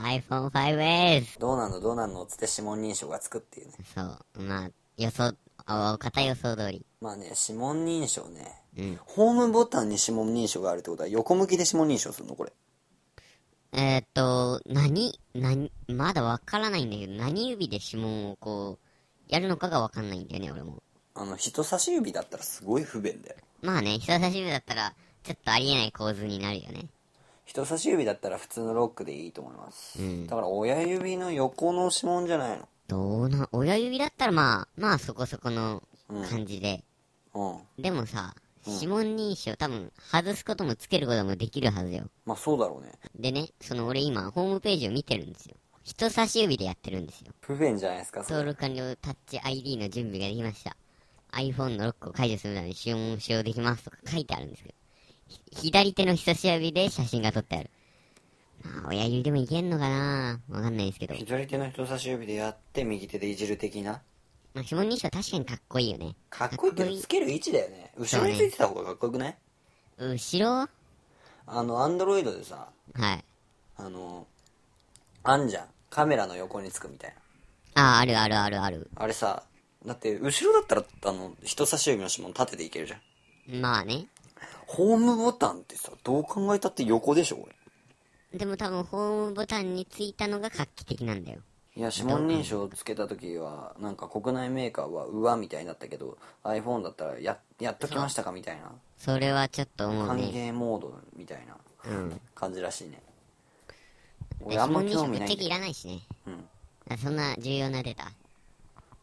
iPhone 5S! どうなんのどうなんのっつって指紋認証がつくっていうね。そう。まあ、予想、あ、片予想通り。まあね、指紋認証ね。うん。ホームボタンに指紋認証があるってことは横向きで指紋認証するのこれ。えーっと、何、何、まだわからないんだけど、何指で指紋をこう、やるのかがわかんないんだよね、俺も。あの、人差し指だったらすごい不便だよ。まあね、人差し指だったら、ちょっとありえない構図になるよね。人差し指だったら普通のロックでいいと思います。うんだから親指の横の指紋じゃないどうな、親指だったらまあ、まあそこそこの感じで。の。うん。でもさ、指紋認証多分、外すこともつけることもできるはずよ。まあそうだろうね。でね、その俺今、ホームページを見てるんですよ。人差し指でやってるんですよ。不便じゃないですか、そ登れ。録完了タッチ ID の準備ができました。iPhone のロックを解除するために指紋を使用できますとか書いてあるんですけど、ひ左手の人差し指で写真が撮ってある。まあ、親指でもいけんのかなわかんないですけど。左手の人差し指でやって右手でいじる的な。まあ、指紋認証は確かにかっこいいよね。かっこいいけどつける位置だよね。後ろについてた方がかっこよくない後ろはあの、アンドロイドでさ、い。あの、あんじゃん。カメラの横につくみたいな。ああ、あるあるあるある。あれさ、だって、後ろだったら、あの、人差し指の指紋立てていけるじゃん。まあね。ホームボタンってさ、どう考えたって横でしょ、これ。でも多分ホームボタンについたのが画期的なんだよ。いや、指紋認証をつけた時は、なんか国内メーカーは、うわ、みたいになったけど、iPhone だったら、や、やっときましたか、みたいな。それはちょっと思う歓ね。迎モード、みたいなうん。感じらしいね。指俺、あんま紋認興証味ぶっないちんゃけいだらないしね。うん。あそんな重要なデータ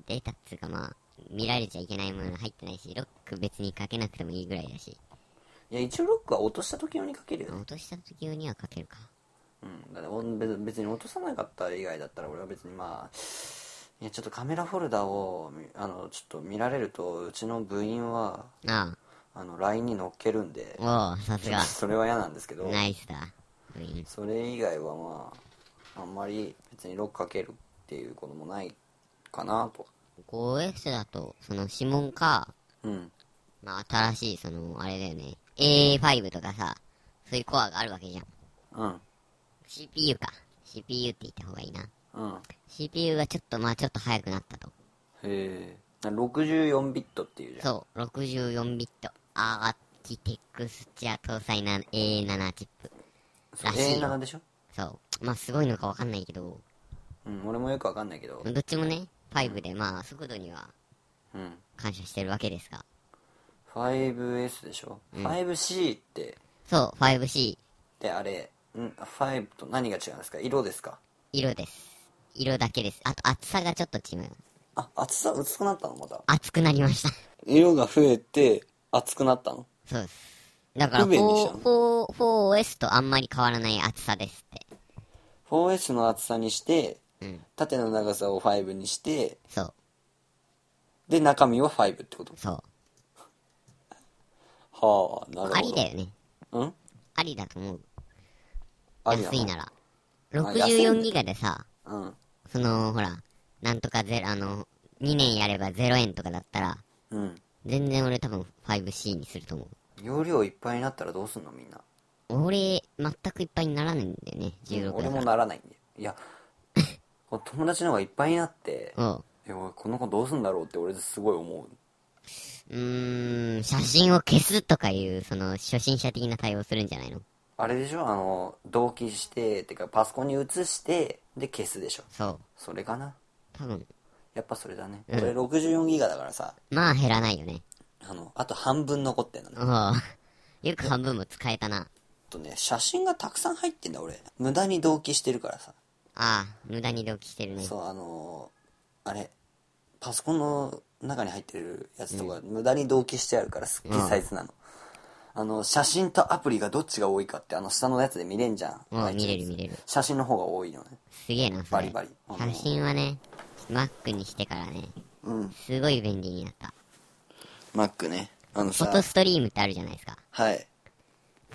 データっつうかまあ見られちゃいけないものが入ってないしロック別にかけなくてもいいぐらいだしいや、一応ロックは落とした時用にかけるよね。落とした時用にはかけるかうん、だってお別別に落とさなかった以外だったら俺は別にまあいやちょっとカメラフォルダをみあのちょっと見られるとうちの部員はああの LINE に載っけるんであおおさすが それは嫌なんですけどナイスだウィンそれ以外はまああんまり別にロックかけるっていうこともないかなと 5S だとその指紋か、うんまあ、新しいそのあれだよね A5 とかさそういうコアがあるわけじゃんうん CPU か CPU って言った方がいいなうんへ CPU がちょっとまあちょっと早くなったとえ64ビットっていうじゃんそう64ビットアーキテクスチャ搭載な A7 チップそうらしいよ A7 でしょ、そう。まあ、すごいのかわかんないけど、うん、俺もよくわかんないけどどっちもね、5で、まあ、速度にはうん感謝してるわけですが。 5S でしょ、5C ってそう、5C、であれん5と何が違うんですか色ですか色です。色だけです。あと、厚さがちょっと違う。あ厚さ薄くなったのまた厚くなりました。 色が増えて厚くなったのそうです。だから、不便にしたの 4- 4- 4S とあんまり変わらない厚さですって。 4S の厚さにして、うん縦の長さを5にしてそう、で中身は5ってことそう。はあなるほどありだよね。うんありだと思う。ありな安いのなら。あ安いんだ64ギガでさ、うんその、ほら、なんとかゼロ、あの、2年やれば0円とかだったら、うん全然俺多分 5C にすると思う。容量いっぱいになったらどうすんのみんな俺、全くいっぱいにならないんだよね、16俺だかもら。ならないんだよい やこう友達の方がいっぱいになっておうえ俺この子どうすんだろうって俺すごい思ううーん、写真を消すとかいう、その、初心者的な対応するんじゃないのあれでしょあの同期しててかパソコンに移してで消すでしょそう。それかな多分、やっぱそれだねうん俺64ギガだからさまあ減らないよね。あのあと半分残ってんのねおうよく半分も使えたな。あとね写真がたくさん入ってんだ俺無駄に同期してるからさああ、無駄に同期してるね。そうあのーあれパソコンの中に入ってるやつとか無駄に同期してあるからすっげえサイズなの、あの写真とアプリがどっちが多いかってあの下のやつで見れんじゃんうん見 iTunes れる見れる写真の方が多いのねすげえな、それ。バリバリうん写真はね、Mac にしてからね、うんすごい便利になった。 Mac ねあのフさォトストリームってあるじゃないですか。はい。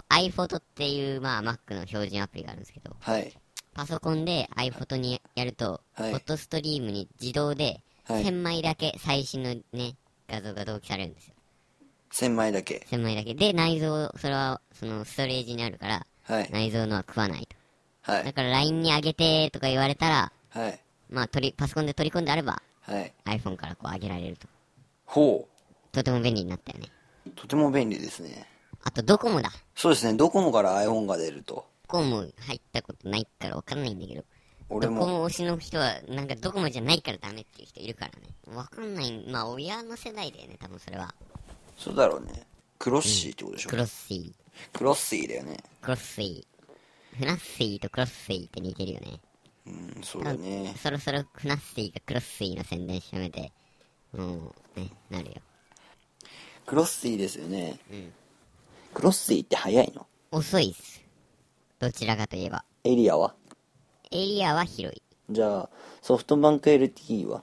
iPhoto っていう、まあ Mac の標準アプリがあるんですけど、はい。パソコンで iPhoto にやると、はいフォトストリームに自動で、はい1000枚だけ最新のね、画像が同期されるんですよ。千枚だけ。 1000枚だけ。で、内蔵、それは、その、ストレージにあるから、はい。内蔵のは食わないと。はだい。から LINE に上げてとか言われたら、はい。まあ取り、パソコンで取り込んであればはい。 iPhone からこう上げられると。ほとても便利になったよね。う。とても便利ですね。あとドコモだ。そうですね。ドコモから iPhone が出ると。ドコモ入ったことないからわかんないんだけど。俺ドコも。モ推しの人は、なんかドコモじゃないからダメっていう人いるからね。わかんない。まあ親の世代だよね、多分それは。そうだろうね。クロッシーってことでしょク。ロッシクロッシーだよね。ー、クロッシー。フナッシーとクロッシーって似てるよね。うん、そうだね。そろそろフナッシーがクロッシーの宣伝し始めて、もう、ね、なるよ。クロッシーですよね。クロッシーって早いの遅いっす。どちらかといえば。エリアはエリアは広い。じゃあ、ソフトバンク LTE は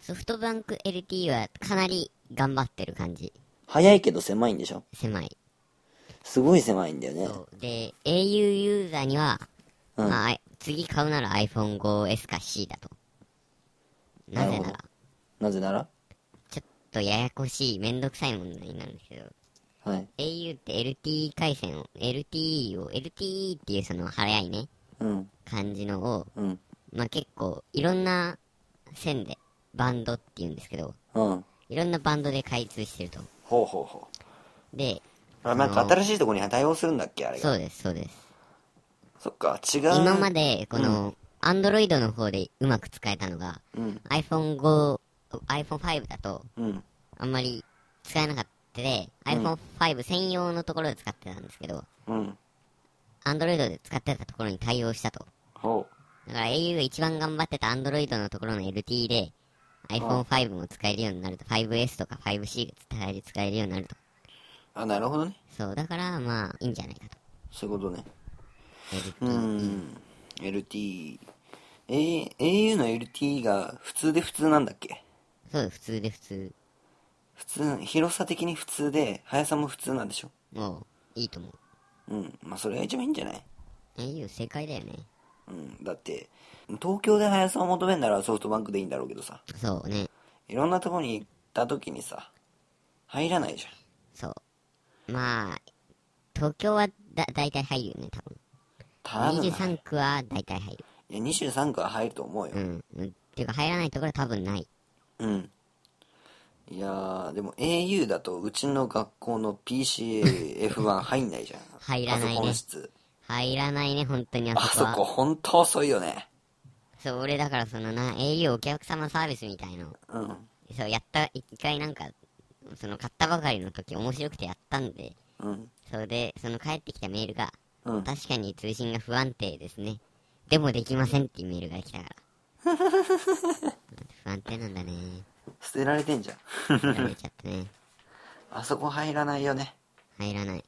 ソフトバンク LTE はかなり頑張ってる感じ。早いけど狭いんでしょ狭い。すごい狭いんだよね。そうで、au ユーザーには、うんまああい、次買うなら iPhone5S か C だと。なぜななるほどら、なぜならちょっとややこしい、めんどくさい問題になるんですけど、はい。 au って LTE 回線を、LTE を、LTE っていうその早いね、うん、感じのを、うん、まあ、結構いろんな線で、バンドっていうんですけど、うん。いろんなバンドで開通してると。ほうほうほう。で、あ、なんか新しいところに対応するんだっけあれが。そうです、そうです。そっか、違う。今まで、この、アンドロイドの方でうまく使えたのが、うん、 iPhone5、iPhone5 だと、うん、あんまり使えなかったで、iPhone5 専用のところで使ってたんですけど、うん。 Android で使ってたところに対応したと。ほだから au が一番頑張ってた Android のところの LTE で、iPhone5 も使えるようになると、5S とか 5C が使える使えるようになると。う。あ、なるほどね。そう、だからまあ、いいんじゃないかと。そういうことね。う LTE。ん。LTE。えー、au の LTE が普通で普通なんだっけそう、普通で普通。普通、広さ的に普通で、速さも普通なんでしょもう、いいと思う。うん。まあ、それが一番いいんじゃない au 正解だよね。うん。だって、東京で速さを求めるならソフトバンクでいいんだろうけどさ、そうね。いろんなとこに行った時にさ、入らないじゃん。そう。まあ、東京はだ、大体入るよね、多分。ただな。い23区は大体入る。や、23区は入ると思うよう。ん。うんっていうか入らないところは多分ない。うん。いやー、でも au だと、うちの学校の PCF1 入んないじゃん。 入らないねパソコン室。入らないね、本当にああそそこは。こ、ほんと遅いよね。そう、俺だからそのな、au お客様サービスみたいの。うん。そう、やった、一回なんか、その買ったばかりの時面白くてやったんで、うん。それで、その帰ってきたメールが、うん。確かに通信が不安定ですね。でもできませんっていうメールが来た から。不安定なんだね。捨てられてんじゃん。慣れちゃってね。あそこ入らないよね。入らない。